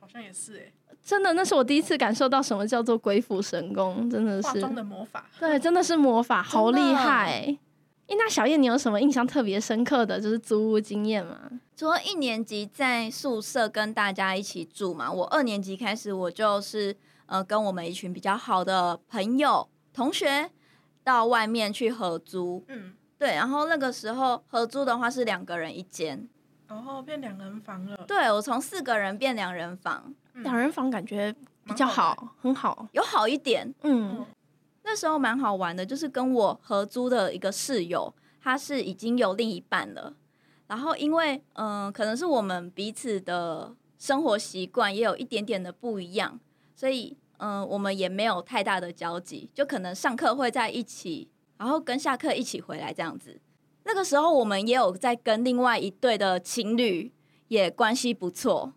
[SPEAKER 5] 好像也是哎，
[SPEAKER 4] 真的，那是我第一次感受到什么叫做鬼斧神工，真的
[SPEAKER 5] 化
[SPEAKER 4] 是
[SPEAKER 5] 妆的魔法。
[SPEAKER 4] 对，真的是魔法，好
[SPEAKER 3] 真的
[SPEAKER 4] 厉害、欸。诶那小燕，你有什么印象特别深刻的就是租屋经验吗？
[SPEAKER 5] 嗯
[SPEAKER 3] 除了一年级在宿舍跟大家一起住嘛，我二年级开始我就是呃跟我们一群比较好的朋友同学到外面去合租，
[SPEAKER 5] 嗯，
[SPEAKER 3] 对，然后那个时候合租的话是两个人一间，
[SPEAKER 5] 然后变两人房了，
[SPEAKER 3] 对我从四个人变两人房，
[SPEAKER 5] 嗯
[SPEAKER 4] 两人房感觉比较
[SPEAKER 5] 蛮好
[SPEAKER 4] 好，
[SPEAKER 5] 的
[SPEAKER 4] 很好。
[SPEAKER 3] 有好一点，
[SPEAKER 4] 嗯，
[SPEAKER 3] 那时候蛮好玩的，就是跟我合租的一个室友，他是已经有另一半了。然后因为嗯、呃可能是我们彼此的生活习惯也有一点点的不一样，所以嗯、呃我们也没有太大的交集，就可能上课会在一起，然后跟下课一起回来这样子。那个时候我们也有在跟另外一对的情侣也关系不错。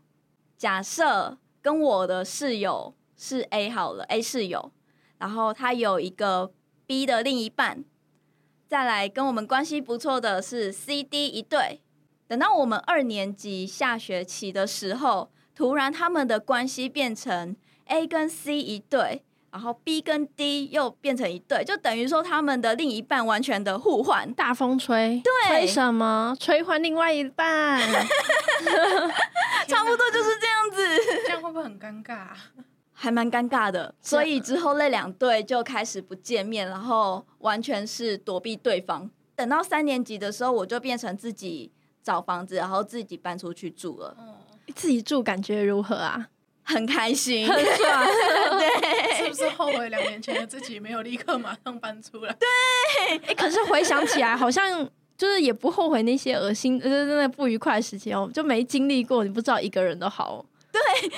[SPEAKER 3] 假设跟我的室友是 A 好了，A 室友，然后他有一个 B 的另一半，再来跟我们关系不错的是 C、D 一对。等到我们二年级下学期的时候，突然他们的关系变成 A 跟 C 一对，然后 B 跟 D 又变成一对，就等于说他们的另一半完全的互换。
[SPEAKER 4] 大风吹，
[SPEAKER 3] 对
[SPEAKER 4] 吹什么？吹换另外一 半。
[SPEAKER 3] 差不多就是这样子，
[SPEAKER 5] 这样会不会很尴尬、 啊？
[SPEAKER 3] 还蛮尴尬的。所以之后那两队就开始不见面，然后完全是躲避对方。等到三年级的时候，我就变成自己找房子，然后自己搬出去住了，
[SPEAKER 4] 自己住感觉如何啊？
[SPEAKER 3] 很开心。
[SPEAKER 4] 爽。
[SPEAKER 5] 是不是后悔两年前的自己没有立刻马上搬出来？
[SPEAKER 4] 哎，可是回想起来，好像就是也不后悔那些恶心、呃真的不愉快的事情哦，就没经历过，你不知道一个人都好哦。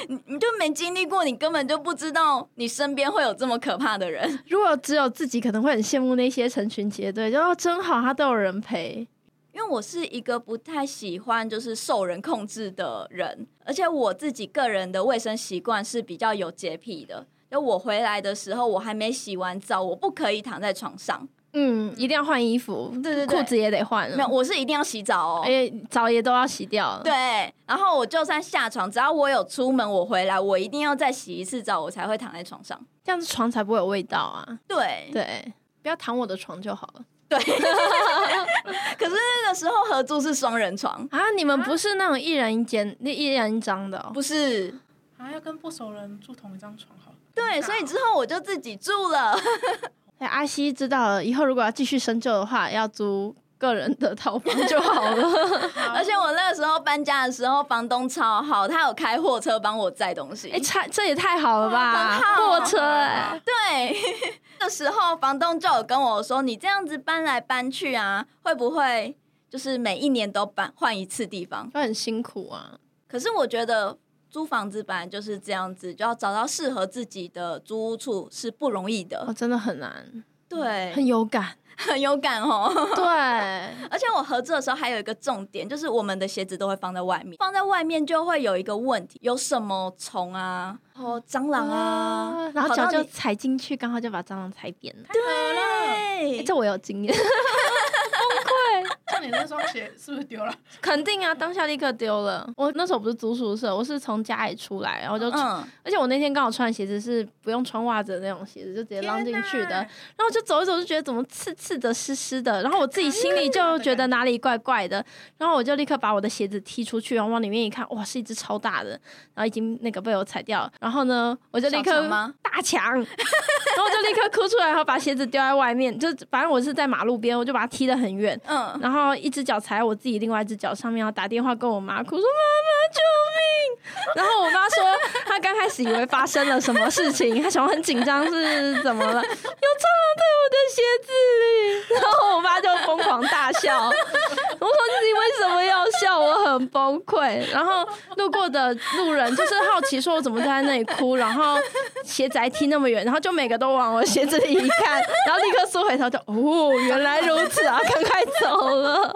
[SPEAKER 3] 你就没经历过，你根本就不知道你身边会有这么可怕的人。
[SPEAKER 4] 如果只有自己，可能会很羡慕那些成群结队，就哦真好，他都有人陪。
[SPEAKER 3] 因为我是一个不太喜欢就是受人控制的人，而且我自己个人的卫生习惯是比较有洁癖的。就我回来的时候，我还没洗完澡，我不可以躺在床上。
[SPEAKER 4] 嗯，一定要换衣服，
[SPEAKER 3] 对对对
[SPEAKER 4] 裤子也得换了，
[SPEAKER 3] 没有，我是一定要洗澡哦。
[SPEAKER 4] 而且澡也都要洗掉了。
[SPEAKER 3] 对，然后我就算下床，只要我有出门，我回来，我一定要再洗一次澡，我才会躺在床上。
[SPEAKER 4] 这样子床才不会有味道啊。
[SPEAKER 3] 对
[SPEAKER 4] 对，不要躺我的床就好了
[SPEAKER 3] 对，可是那个时候合租是双人床，
[SPEAKER 4] 啊！你们不是那种一人一间、那一人一张的、哦，
[SPEAKER 3] 不是
[SPEAKER 5] 啊，要跟不熟人住同一张床好了。哦
[SPEAKER 3] 对，所以之后我就自己住了。
[SPEAKER 4] 哎阿西知道了，以后如果要继续深究的话，要租个人的套房就好了。
[SPEAKER 3] 而且我那个时候搬家的时候，房东超好，他有开货车帮我载东 西。
[SPEAKER 4] 哎、差这也太好了吧！
[SPEAKER 3] 很好
[SPEAKER 4] 货车哎、
[SPEAKER 3] 欸对， 那时候房东就有跟我说，你这样子搬来搬去啊，会不会就是每一年都搬换一次地方？
[SPEAKER 4] 就很辛苦啊。
[SPEAKER 3] 可是我觉得租房子本来就是这样子，就要找到适合自己的租屋处是不容易
[SPEAKER 4] 哦，
[SPEAKER 3] 的。
[SPEAKER 4] 真的很难，
[SPEAKER 3] 对，
[SPEAKER 4] 很有感。
[SPEAKER 3] 很有感哦。
[SPEAKER 4] 对，
[SPEAKER 3] 而且我合租的时候还有一个重点，就是我们的鞋子都会放在外面，放在外面就会有一个问题，有什么虫啊，哦，蟑螂啊，
[SPEAKER 4] 然后
[SPEAKER 3] 跑
[SPEAKER 4] 脚
[SPEAKER 3] 到
[SPEAKER 4] 就
[SPEAKER 3] 你
[SPEAKER 4] 踩进去，刚好就把蟑螂踩扁了。
[SPEAKER 3] 嗯
[SPEAKER 4] 哎
[SPEAKER 3] 对，
[SPEAKER 4] 这我有经验，
[SPEAKER 5] 像你那双鞋是不是 丢了？
[SPEAKER 4] 肯定啊，当下立刻丢了。我那时候不是租宿舍，我是从家里出来，然后就，
[SPEAKER 3] 嗯，
[SPEAKER 4] 而且我那天刚好穿的鞋子是不用穿袜子的那种鞋子，就直接扔进去的。
[SPEAKER 5] 天
[SPEAKER 4] 然
[SPEAKER 5] 哪
[SPEAKER 4] 后我就走一走，就觉得怎么刺刺的、湿湿的，然后我自己心
[SPEAKER 3] 啊
[SPEAKER 4] 里就觉得哪里怪怪的，然后我就立刻把我的鞋子踢出去，然后往里面一看，哇，是一只超大的，然后已经那个被我踩掉了。然后呢，我就立
[SPEAKER 3] 小
[SPEAKER 4] 刻
[SPEAKER 3] 强吗
[SPEAKER 4] 大强， 然后我就立刻哭出来，然后把鞋子丢在外面，就反正我是在马路边，我就把它踢得很远。
[SPEAKER 3] 嗯，
[SPEAKER 4] 然后一只脚踩在我自己另外一只脚上面，然后打电话跟我妈哭说：“妈妈，救命！”然后我妈说，她刚开始以为发生了什么事情，她想说很紧张是怎么了，有蟑螂在我的鞋子里。然后我妈就疯狂大笑， 我说你为什么要笑？我很崩溃。然后路过的路人就是好奇说我怎么在那里哭，然后鞋子还踢那么远，然后就每个都往我鞋子里一看，然后立刻缩回头就哦，原来如此啊，赶快走了。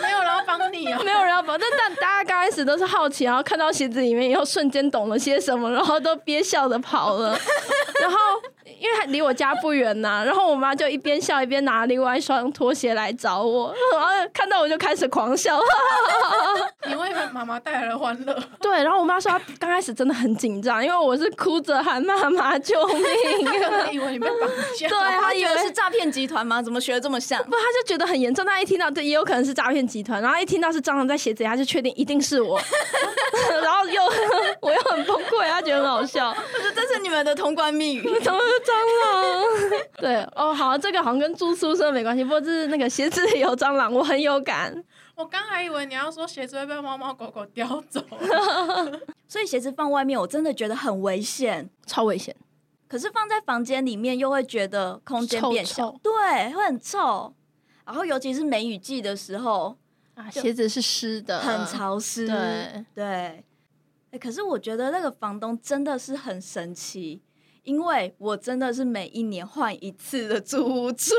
[SPEAKER 5] 没有人要帮你哦。
[SPEAKER 4] 没有人要保，但但大家刚开始都是好奇，然后啊看到鞋子里面以后，瞬间懂了些什么，然后都憋笑的跑了。然后因为还离我家不远呐、然后我妈就一边笑一边拿另外一双拖鞋来找我，然后看到我就开始狂笑。
[SPEAKER 5] 你为妈妈带来了欢乐，
[SPEAKER 4] 对，然后我妈说她刚开始真的很紧张，因为我是哭着喊妈妈救命。
[SPEAKER 5] 她可能以为你被绑架。
[SPEAKER 4] 对
[SPEAKER 3] 啊他
[SPEAKER 4] 她
[SPEAKER 3] 以为是诈骗集团吗？怎么学得这么像？
[SPEAKER 4] 不，他就觉得很严重。他一听到，对，也有可能是诈骗集团。然后一听到是蟑螂在鞋子里，他就确定一定是 我。然后又 我又很崩溃，他觉得很好笑，
[SPEAKER 3] 我 觉得这是你们的通关密语。
[SPEAKER 4] 怎么是蟑螂？ 对，哦，好，这个好像跟住宿舍没关系，不过就是那个鞋子里有蟑螂，我很有感。
[SPEAKER 5] 我刚还以为你要说鞋子会被猫猫狗狗叼走，
[SPEAKER 3] 所以鞋子放外面，我真的觉得很危险。
[SPEAKER 4] 超危险，
[SPEAKER 3] 可是放在房间里面，又会觉得空间
[SPEAKER 4] 臭
[SPEAKER 3] 变小，
[SPEAKER 4] 臭
[SPEAKER 3] 对，会很臭。然后尤其是梅雨季的时候，
[SPEAKER 4] 啊，
[SPEAKER 3] 就
[SPEAKER 4] 鞋子是湿的，
[SPEAKER 3] 很潮湿。
[SPEAKER 4] 对，
[SPEAKER 3] 对，欸可是我觉得那个房东真的是很神奇，因为我真的是每一年换一次的租屋住。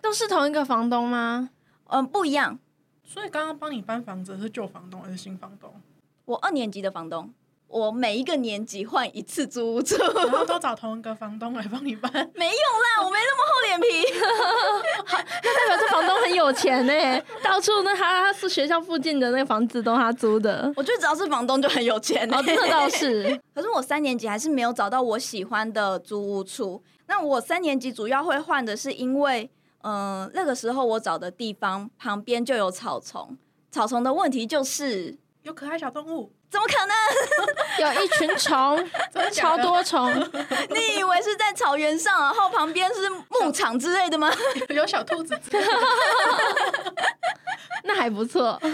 [SPEAKER 4] 都是同一个房东吗？
[SPEAKER 3] 嗯，不一样。
[SPEAKER 5] 所以刚刚帮你搬房子的是旧房东还是新房东？
[SPEAKER 3] 我二年级的房东，我每一个年级换一次租屋处，
[SPEAKER 5] 然后都找同一个房东来帮你搬，
[SPEAKER 3] 没有啦，我没那么厚脸皮。
[SPEAKER 4] 代哎表这房东很有钱呢、到处那他他是学校附近的那个房子都他租的，
[SPEAKER 3] 我觉得只要是房东就很有钱、欸。
[SPEAKER 4] 哦，这倒是，
[SPEAKER 3] 可是我三年级还是没有找到我喜欢的租屋处。那我三年级主要会换的是因为，嗯、那个时候我找的地方旁边就有草丛，草丛的问题就是
[SPEAKER 5] 有可爱小动物，
[SPEAKER 3] 怎么可能？
[SPEAKER 4] 有一群虫，
[SPEAKER 5] 真的假
[SPEAKER 4] 超
[SPEAKER 5] 的
[SPEAKER 4] 多虫，
[SPEAKER 3] 你以为是在草原上，然后旁边是牧场之类的吗？
[SPEAKER 5] 有小兔子之类的，
[SPEAKER 4] 那还不错。
[SPEAKER 3] 但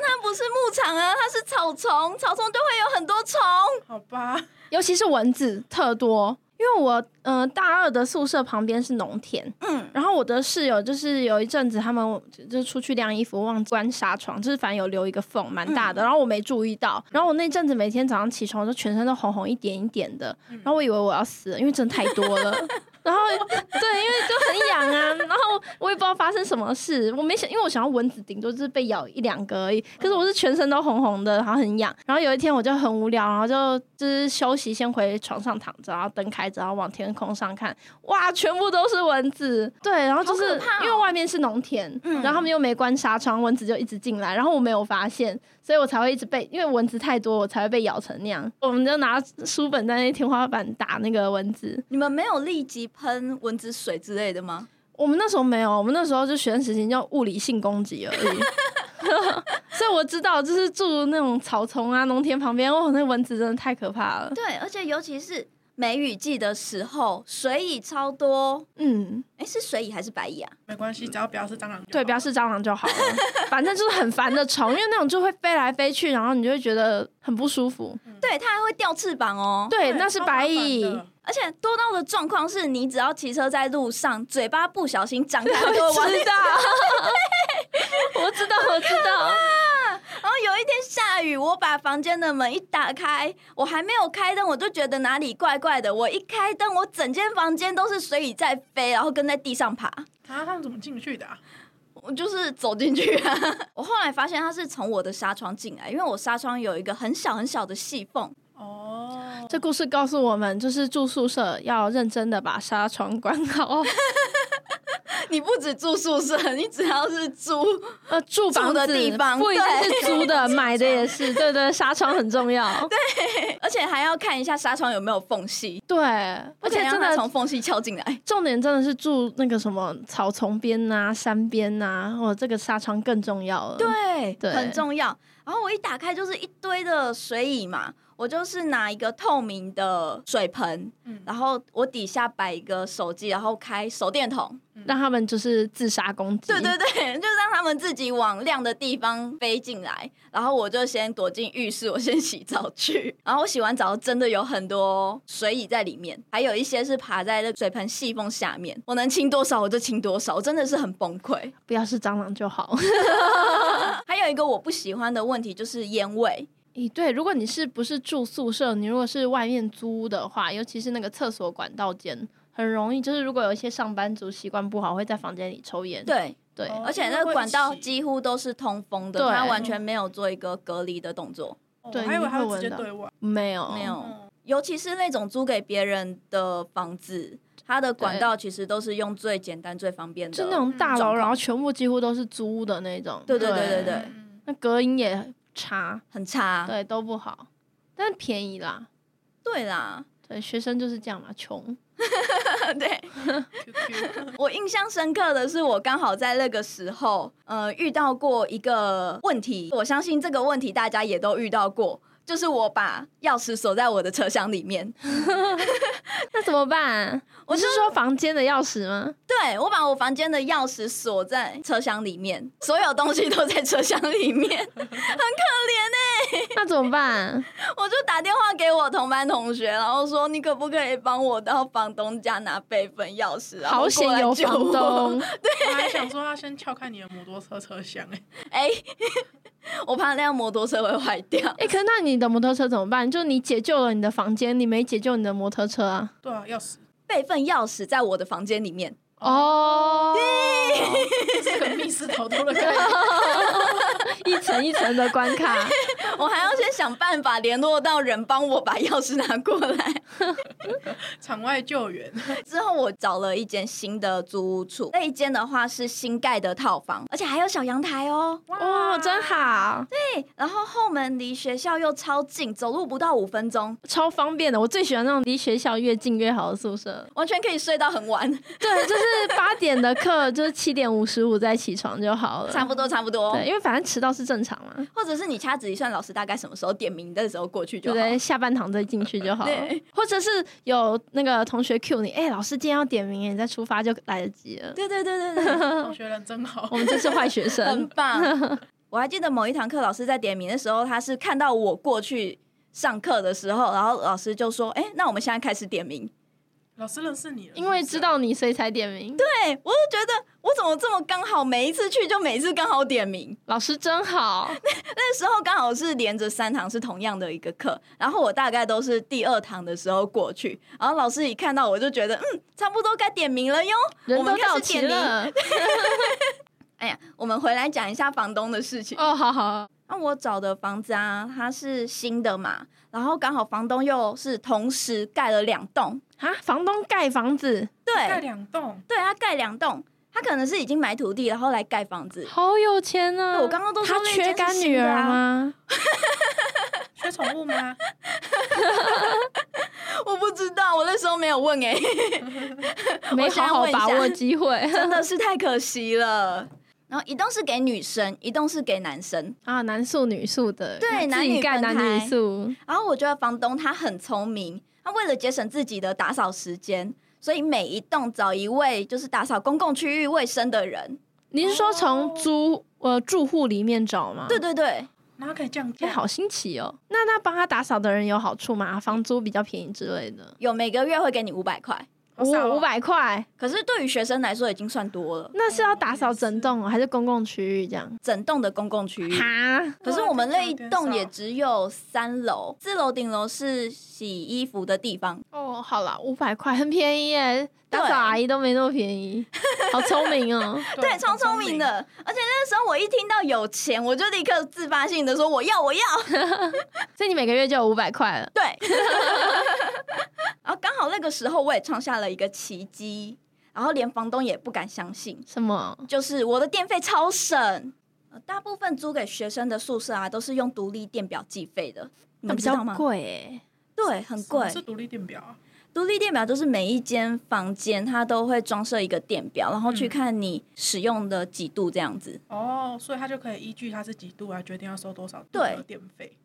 [SPEAKER 3] 它不是牧场啊，它是草丛，草丛就会有很多虫。
[SPEAKER 5] 好吧？
[SPEAKER 4] 尤其是蚊子特多。因为我呃大二的宿舍旁边是农田，
[SPEAKER 3] 嗯，
[SPEAKER 4] 然后我的室友就是有一阵子他们就就出去晾衣服忘记关纱窗，就是反正有留一个缝蛮大
[SPEAKER 5] 嗯
[SPEAKER 4] 的，然后我没注意到，然后我那阵子每天早上起床就全身都红红一点一点的，
[SPEAKER 5] 嗯
[SPEAKER 4] 然后我以为我要死了，因为真的太多了。然后对，因为就很痒啊，然后我也不知道发生什么事，我没想，因为我想要蚊子顶多就是被咬一两个而已，可是我是全身都红红的，然后很痒。然后有一天我就很无聊，然后就就是休息，先回床上躺着，然后灯开着，然后往天空上看，哇，全部都是蚊子。对，然后就是、
[SPEAKER 3] 好可怕哦
[SPEAKER 4] 因为外面是农田，
[SPEAKER 3] 嗯
[SPEAKER 4] 然后他们又没关纱窗，蚊子就一直进来，然后我没有发现，所以我才会一直被，因为蚊子太多，我才会被咬成那样。我们就拿书本在那天花板打那个蚊子，
[SPEAKER 3] 你们没有立即喷蚊子水之类的吗？
[SPEAKER 4] 我们那时候没有，我们那时候就学生时期叫物理性攻击而已。 所以我知道，就是住那种草丛啊、农田旁边，哦，那蚊子真的太可怕了。
[SPEAKER 3] 对，而且尤其是梅雨季的时候，水蚁超多。
[SPEAKER 4] 嗯，
[SPEAKER 3] 哎，是水蚁还是白蚁啊？
[SPEAKER 5] 没关系，只要不要是蟑螂就好
[SPEAKER 4] 对，不要是蟑螂就好了，反正就是很烦的虫，因为那种就会飞来飞去，然后你就会觉得很不舒服。
[SPEAKER 3] 对，它还会掉翅膀哦。
[SPEAKER 4] 对，
[SPEAKER 5] 对
[SPEAKER 4] 那是
[SPEAKER 5] 超麻
[SPEAKER 4] 白
[SPEAKER 5] 烦
[SPEAKER 4] 蚁，
[SPEAKER 5] 的
[SPEAKER 3] 而且多到的状况是你只要骑车在路上，嘴巴不小心张开，它就 会往你
[SPEAKER 4] 我知道，我知道，
[SPEAKER 3] 然后有一天下雨，我把房间的门一打开，我还没有开灯，我就觉得哪里怪怪的。我一开灯，我整间房间都是水蚁在飞，然后跟在地上爬。
[SPEAKER 5] 啊，他们怎么进去的啊？
[SPEAKER 3] 我就是走进去、啊， 我后来发现它是从我的纱窗进来，因为我纱窗有一个很小很小的细缝。
[SPEAKER 5] 哦，
[SPEAKER 4] 这故事告诉我们，就是住宿舍要认真的把纱窗关好。
[SPEAKER 3] 你不止住宿舍，你只要是租，
[SPEAKER 4] 呃，住房
[SPEAKER 3] 住的
[SPEAKER 4] 子
[SPEAKER 3] 地方
[SPEAKER 4] 不一定
[SPEAKER 3] 对
[SPEAKER 4] 是租的，买的也是，对对，纱窗很重要， 对
[SPEAKER 3] 而且还要看一下纱窗有没有缝隙，
[SPEAKER 4] 而且
[SPEAKER 3] 不可以
[SPEAKER 4] 真
[SPEAKER 3] 让它从
[SPEAKER 4] 的
[SPEAKER 3] 缝隙翘进来。
[SPEAKER 4] 重点真的是住那个什么草丛边呐、山边呐、哦，这个纱窗更重要了，
[SPEAKER 3] 对，
[SPEAKER 4] 对
[SPEAKER 3] 很重要。然后我一打开就是一堆的水蚁嘛，我就是拿一个透明的水盆，
[SPEAKER 5] 嗯
[SPEAKER 3] 然后我底下摆一个手机，然后开手电筒，
[SPEAKER 4] 让他们就是自杀攻击，
[SPEAKER 3] 对对对， 就是让他们自己往亮的地方飞进来，然后我就先躲进浴室，我先洗澡去。 然后我洗完澡，真的有很多水蚁在里面，还有一些是爬在那水盆细缝下面，我能清多少我就清多少，我真的是很崩溃。
[SPEAKER 4] 不要是蟑螂就好。
[SPEAKER 3] 还有一个我不喜欢的问题就是烟味，
[SPEAKER 4] 咦，对，如果你是不是住宿舍，你如果是外面租的话，尤其是那个厕所管道间，很容易就是如果有一些上班族习惯不好，会在房间里抽烟，
[SPEAKER 3] 对。
[SPEAKER 4] 对，
[SPEAKER 5] 哦
[SPEAKER 3] 而且那个管道几乎都是通风的，
[SPEAKER 4] 对
[SPEAKER 3] 它完全没有做一个隔离的动作，
[SPEAKER 5] 哦
[SPEAKER 4] 对
[SPEAKER 5] 我还以为他
[SPEAKER 4] 你会
[SPEAKER 5] 会直接
[SPEAKER 4] 闻到
[SPEAKER 5] 对外。
[SPEAKER 4] 没有
[SPEAKER 3] 没有
[SPEAKER 5] 哦
[SPEAKER 3] 尤其是那种租给别人的房子，它的管道其实都是用最简单、最方便的，嗯
[SPEAKER 4] 就那种大
[SPEAKER 3] 状
[SPEAKER 4] 楼，
[SPEAKER 3] 况
[SPEAKER 4] 然后全部几乎都是租的那种。
[SPEAKER 3] 对对对对啊对
[SPEAKER 5] 嗯
[SPEAKER 4] 那隔音也差，
[SPEAKER 3] 很差。
[SPEAKER 4] 对，都不好，但是便宜啦。
[SPEAKER 3] 对啦，
[SPEAKER 4] 对，学生就是这样嘛，穷。
[SPEAKER 3] 对
[SPEAKER 5] QQ
[SPEAKER 3] 我印象深刻的是，我刚好在那个时候，呃，遇到过一个问题，我相信这个问题大家也都遇到过。就是我把钥匙锁在我的车厢里面，
[SPEAKER 4] 那怎么办？我是说房间的钥匙吗？
[SPEAKER 3] 对我把我房间的钥匙锁在车厢里面，所有东西都在车厢里面，
[SPEAKER 4] 那怎么 办？
[SPEAKER 3] 我就打电话给我同班同学，然后说你可不可以帮我到房东家拿备份钥匙，然后
[SPEAKER 4] 好险有房
[SPEAKER 3] 过来救我。
[SPEAKER 4] 东，
[SPEAKER 5] 我还想说要先撬开你的摩托车车厢，哎，
[SPEAKER 3] 哎、 我怕那辆摩托车会坏掉。
[SPEAKER 4] 哎、可是那你的摩托车怎么办？就你解救了你的房间，你没解救你的摩托车啊？
[SPEAKER 5] 对啊，钥匙。
[SPEAKER 3] 备份钥匙在我的房间里面，
[SPEAKER 4] 哦，
[SPEAKER 5] 这个密室逃脱的概念。
[SPEAKER 4] 一层一层的关 卡，
[SPEAKER 3] 我还要先想办法联络到人帮我把钥匙拿过来。
[SPEAKER 5] 场外救 援，
[SPEAKER 3] 之后我找了一间新的租屋处，那一间的话是新盖的套房，而且还有小阳台哦。
[SPEAKER 4] 哇，真好，
[SPEAKER 3] 对，然后后门离学校又超近，走路不到五分钟，
[SPEAKER 4] 超方便的。我最喜欢那种离学校越近越好的宿舍。
[SPEAKER 3] 完全可以睡到很晚，
[SPEAKER 4] 对，就是八点的课，就是七点五十五再起床就好了。
[SPEAKER 3] 差不多差不多。
[SPEAKER 4] 对，因为反正迟到是正常嘛，
[SPEAKER 3] 或者是你掐指一算，老师大概什么时候点名的时候过去
[SPEAKER 4] 对
[SPEAKER 3] 就
[SPEAKER 4] 不
[SPEAKER 3] 好。
[SPEAKER 4] 对？下半堂再进去就好了
[SPEAKER 3] 对。
[SPEAKER 4] 或者是有那个同学 cue 你，哎、老师今天要点名耶，你再出发就来得及了。
[SPEAKER 3] 对对对对对，
[SPEAKER 4] 嗯
[SPEAKER 5] 同学人真好
[SPEAKER 4] 我。们真是坏学
[SPEAKER 3] 很
[SPEAKER 4] 生，
[SPEAKER 3] 棒。我还记得某一堂课，老师在点名的时候，他是看到我过去上课的时候，然后老师就说：“哎、那我们现在开始点名。
[SPEAKER 5] 老师认识你了，
[SPEAKER 4] 因为知道你所以才点名。对，
[SPEAKER 3] 对我就觉得我怎么这么刚好，每一次去就每一次刚好点名。
[SPEAKER 4] 老师真好，
[SPEAKER 3] 那时候刚好是连着三堂是同样的一个课，然后我大概都是第二堂的时候过去，然后老师一看到我就觉得，嗯，差不多该点名了哟。我
[SPEAKER 4] 人
[SPEAKER 3] 们
[SPEAKER 4] 都
[SPEAKER 3] 开
[SPEAKER 4] 到
[SPEAKER 3] 始
[SPEAKER 4] 齐
[SPEAKER 3] 点名。
[SPEAKER 4] 了。
[SPEAKER 3] 哎呀，我们回来讲一下房东的事情。
[SPEAKER 4] 哦，好好，
[SPEAKER 3] 那我找的房子啊，它是新的嘛，然后刚好房东又是同时盖了两栋，
[SPEAKER 4] 啊，房东盖房子，
[SPEAKER 5] 盖
[SPEAKER 3] 对，
[SPEAKER 5] 两栋，
[SPEAKER 3] 对，他盖两栋，他可能是已经买土地，然后来盖房子。
[SPEAKER 4] 好有钱啊！
[SPEAKER 3] 对我刚刚都说
[SPEAKER 4] 他
[SPEAKER 3] 那间
[SPEAKER 4] 缺
[SPEAKER 3] 是
[SPEAKER 4] 干
[SPEAKER 3] 新
[SPEAKER 4] 女
[SPEAKER 3] 的
[SPEAKER 4] 儿
[SPEAKER 3] 啊
[SPEAKER 4] 吗？
[SPEAKER 5] 缺宠物 吗？
[SPEAKER 3] 我不知道，我那时候没有问哎、
[SPEAKER 4] 没好好把握机会
[SPEAKER 3] 真的是太可惜了。然后一栋是给女生，一栋是给男生。
[SPEAKER 4] 啊，男宿女宿的，啊
[SPEAKER 3] 对
[SPEAKER 4] 自
[SPEAKER 3] 男
[SPEAKER 4] 己
[SPEAKER 3] 女
[SPEAKER 4] 盖
[SPEAKER 3] 分
[SPEAKER 4] 男女
[SPEAKER 3] 开
[SPEAKER 4] 宿，
[SPEAKER 3] 然后我觉得房东他很聪明，他为了节省自己的打扫时间，所以每一栋找一位就是打扫公共区域卫生的人。
[SPEAKER 4] 您是说从租呃住户里面找吗？
[SPEAKER 3] 哦对，对对，
[SPEAKER 5] 然后可以降
[SPEAKER 4] 哎，
[SPEAKER 5] 价，
[SPEAKER 4] 好新奇哦。那那帮他打扫的人有好处吗？房租比较便宜之类的，
[SPEAKER 3] 有每个月会给你五百块，
[SPEAKER 5] 好少
[SPEAKER 3] 啊
[SPEAKER 5] 哦
[SPEAKER 4] 五五百块，
[SPEAKER 3] 可是对于学生来说已经算多了，
[SPEAKER 4] 那是要打扫
[SPEAKER 5] 也是
[SPEAKER 4] 整栋哦，还是公共区域这样？
[SPEAKER 3] 整栋的公共区域。
[SPEAKER 4] 哈，
[SPEAKER 3] 可是我们那一栋也
[SPEAKER 5] 哇
[SPEAKER 3] 只有三楼，四楼顶楼是洗衣服的地方。
[SPEAKER 4] 哦，好啦，五百块很便宜耶，打
[SPEAKER 3] 对
[SPEAKER 4] 扫阿姨都没那么便 宜，好聪明哦。
[SPEAKER 3] 对，超聪明。的。而且那时候我一听到有钱，我就立刻自发性的说我要 我要。
[SPEAKER 4] 所以你每个月就有五百块了。
[SPEAKER 3] 对，然后刚好那个时候我也创下了一个奇迹，然后连房东也不敢相信，
[SPEAKER 4] 什么？
[SPEAKER 3] 就是我的电费超省。呃大部分租给学生的宿舍啊，都是用独立电表计费的，
[SPEAKER 4] 那
[SPEAKER 3] 你们
[SPEAKER 4] 比
[SPEAKER 3] 知
[SPEAKER 4] 较
[SPEAKER 3] 道吗？
[SPEAKER 4] 贵哎。
[SPEAKER 3] 对，
[SPEAKER 5] 什
[SPEAKER 3] 很
[SPEAKER 5] 么
[SPEAKER 3] 贵。
[SPEAKER 5] 是独立电表啊，
[SPEAKER 3] 独立电表就是每一间房间它都会装设一个电表，然后去看你使用的几度这样子。
[SPEAKER 5] 哦，所以他就可以依据他是几度来决定要收多少度
[SPEAKER 3] 对
[SPEAKER 5] 的电费。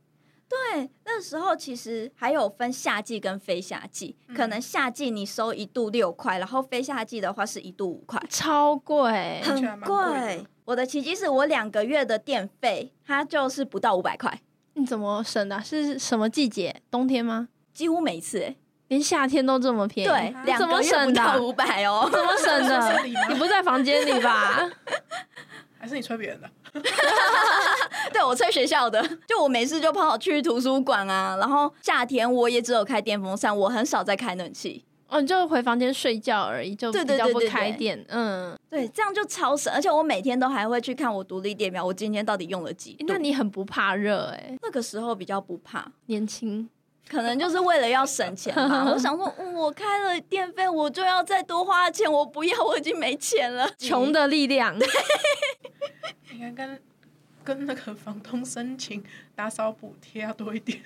[SPEAKER 3] 对，那时候其实还有分夏季跟非夏季，可
[SPEAKER 5] 嗯
[SPEAKER 3] 能夏季你收一度六块，然后非夏季的话是一度五块，
[SPEAKER 4] 超贵，
[SPEAKER 5] 听起来
[SPEAKER 3] 很
[SPEAKER 5] 蛮贵的
[SPEAKER 3] 贵。我的奇迹是我两个月的电费，它就是不到五百块，
[SPEAKER 4] 你怎么省的啊、是什么季节？冬天吗？
[SPEAKER 3] 几乎每一次、欸。
[SPEAKER 4] 连夏天都这么便宜？
[SPEAKER 3] 对
[SPEAKER 5] 啊，
[SPEAKER 3] 两
[SPEAKER 4] 怎么
[SPEAKER 3] 个月不
[SPEAKER 4] 省的啊
[SPEAKER 3] 到五百哦。
[SPEAKER 4] 怎么省
[SPEAKER 5] 宿舍
[SPEAKER 4] 的？
[SPEAKER 5] 里吗
[SPEAKER 4] 呃 你不在房间里吧？
[SPEAKER 5] 还是你吹别人的？
[SPEAKER 3] 对我吹学校的，就我没事就跑去图书馆啊，然后夏天我也只有开电风扇，我很少在开冷气。
[SPEAKER 4] 哦，你就回房间睡觉而已，就
[SPEAKER 3] 对
[SPEAKER 4] 比
[SPEAKER 3] 对
[SPEAKER 4] 较
[SPEAKER 3] 对
[SPEAKER 4] 不
[SPEAKER 3] 对
[SPEAKER 4] 开
[SPEAKER 3] 对
[SPEAKER 4] 店。嗯，
[SPEAKER 3] 对，这样就超省，而且我每天都还会去看我独立电表，我今天到底用了几
[SPEAKER 4] 诶
[SPEAKER 3] 度。
[SPEAKER 4] 那你很不怕热哎、
[SPEAKER 3] 那个时候比较不怕，
[SPEAKER 4] 年轻。
[SPEAKER 3] 可能就是为了要省钱吧。我想说，嗯我开了电费，我就要再多花钱，我不要，我已经没钱了。
[SPEAKER 4] 穷的力量，
[SPEAKER 5] 应该跟跟那个房东申请打扫补贴要多一 点。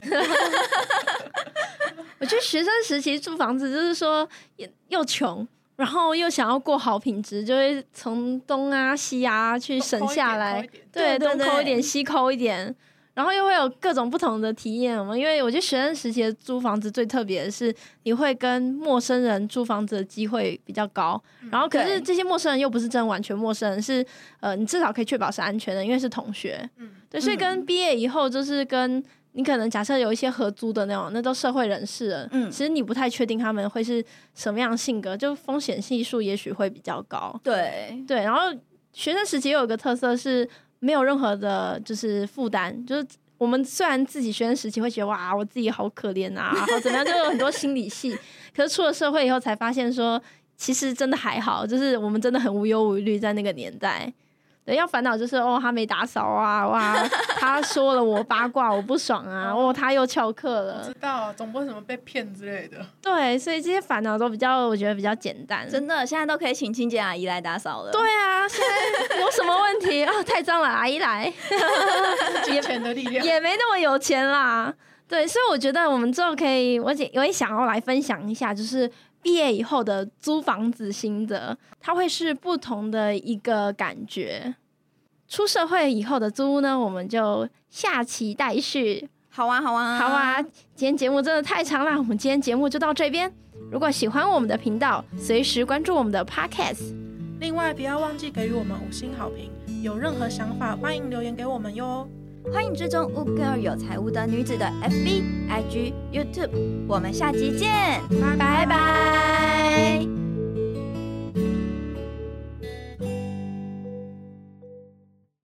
[SPEAKER 4] 我觉得学生时期住房子就是说也又穷，然后又想要过好品质，就会从东啊西啊去省下
[SPEAKER 5] 多，
[SPEAKER 4] 来
[SPEAKER 5] 抠一点
[SPEAKER 4] 对，
[SPEAKER 3] 对
[SPEAKER 4] 东
[SPEAKER 3] 对
[SPEAKER 4] 抠一
[SPEAKER 3] 对
[SPEAKER 4] 点，西抠一点，然后又会有各种不同的体验嘛。因为我觉得学生时期的租房子最特别的是，你会跟陌生人租房子的机会比较高。然后可是
[SPEAKER 3] 嗯对
[SPEAKER 4] 这些陌生人又不是真的完全陌生人，是呃，你至少可以确保是安全的，因为是同学。
[SPEAKER 5] 嗯
[SPEAKER 4] 对，所以跟毕业以后就是跟。你可能假设有一些合租的那种，那都社会人士了。
[SPEAKER 3] 嗯
[SPEAKER 4] 其实你不太确定他们会是什么样的性格，就风险系数也许会比较高。
[SPEAKER 3] 对，
[SPEAKER 4] 对，然后学生时期又有一个特色是没有任何的，就是负担，就是我们虽然自己学生时期会觉得哇，我自己好可怜啊，好怎么样，就有很多心理戏，可是出了社会以后才发现说。其实真的还好，就是我们真的很无忧无虑在那个年代。对，要烦恼就是哦，他没打扫啊，哇，他说了我八卦，我不爽啊，哦，他又翘课
[SPEAKER 5] 嗯
[SPEAKER 4] 了
[SPEAKER 3] 嗯
[SPEAKER 5] 知。道总不会什么被骗之类 的。
[SPEAKER 4] 对，所以这些烦恼都比较，我觉得比较简单。
[SPEAKER 3] 真的，现在都可以请清洁阿姨来打扫了。
[SPEAKER 4] 对啊，现在有什么问题啊？太脏了，阿姨来。
[SPEAKER 5] 金钱的力量，
[SPEAKER 4] 也没那么有钱啦。对，所以我觉得我们之后可以，我也我也想要来分享一下，就是毕业以后的租房子心得，它会是不同的一个感觉。出社会以后的租屋呢，我们就下期待续。
[SPEAKER 3] 好啊，好啊，
[SPEAKER 4] 好啊，今天节目真的太长了，我们今天节目就到这边。如果喜欢我们的频道，随时关注我们的 Podcast。
[SPEAKER 5] 另外不要忘记给予我们五星好评。有任何想法，欢迎留言给我们哟。
[SPEAKER 3] 欢迎追踪《Good Girl 有财务的女子》的 FB、IG、YouTube，我们下集见，拜拜。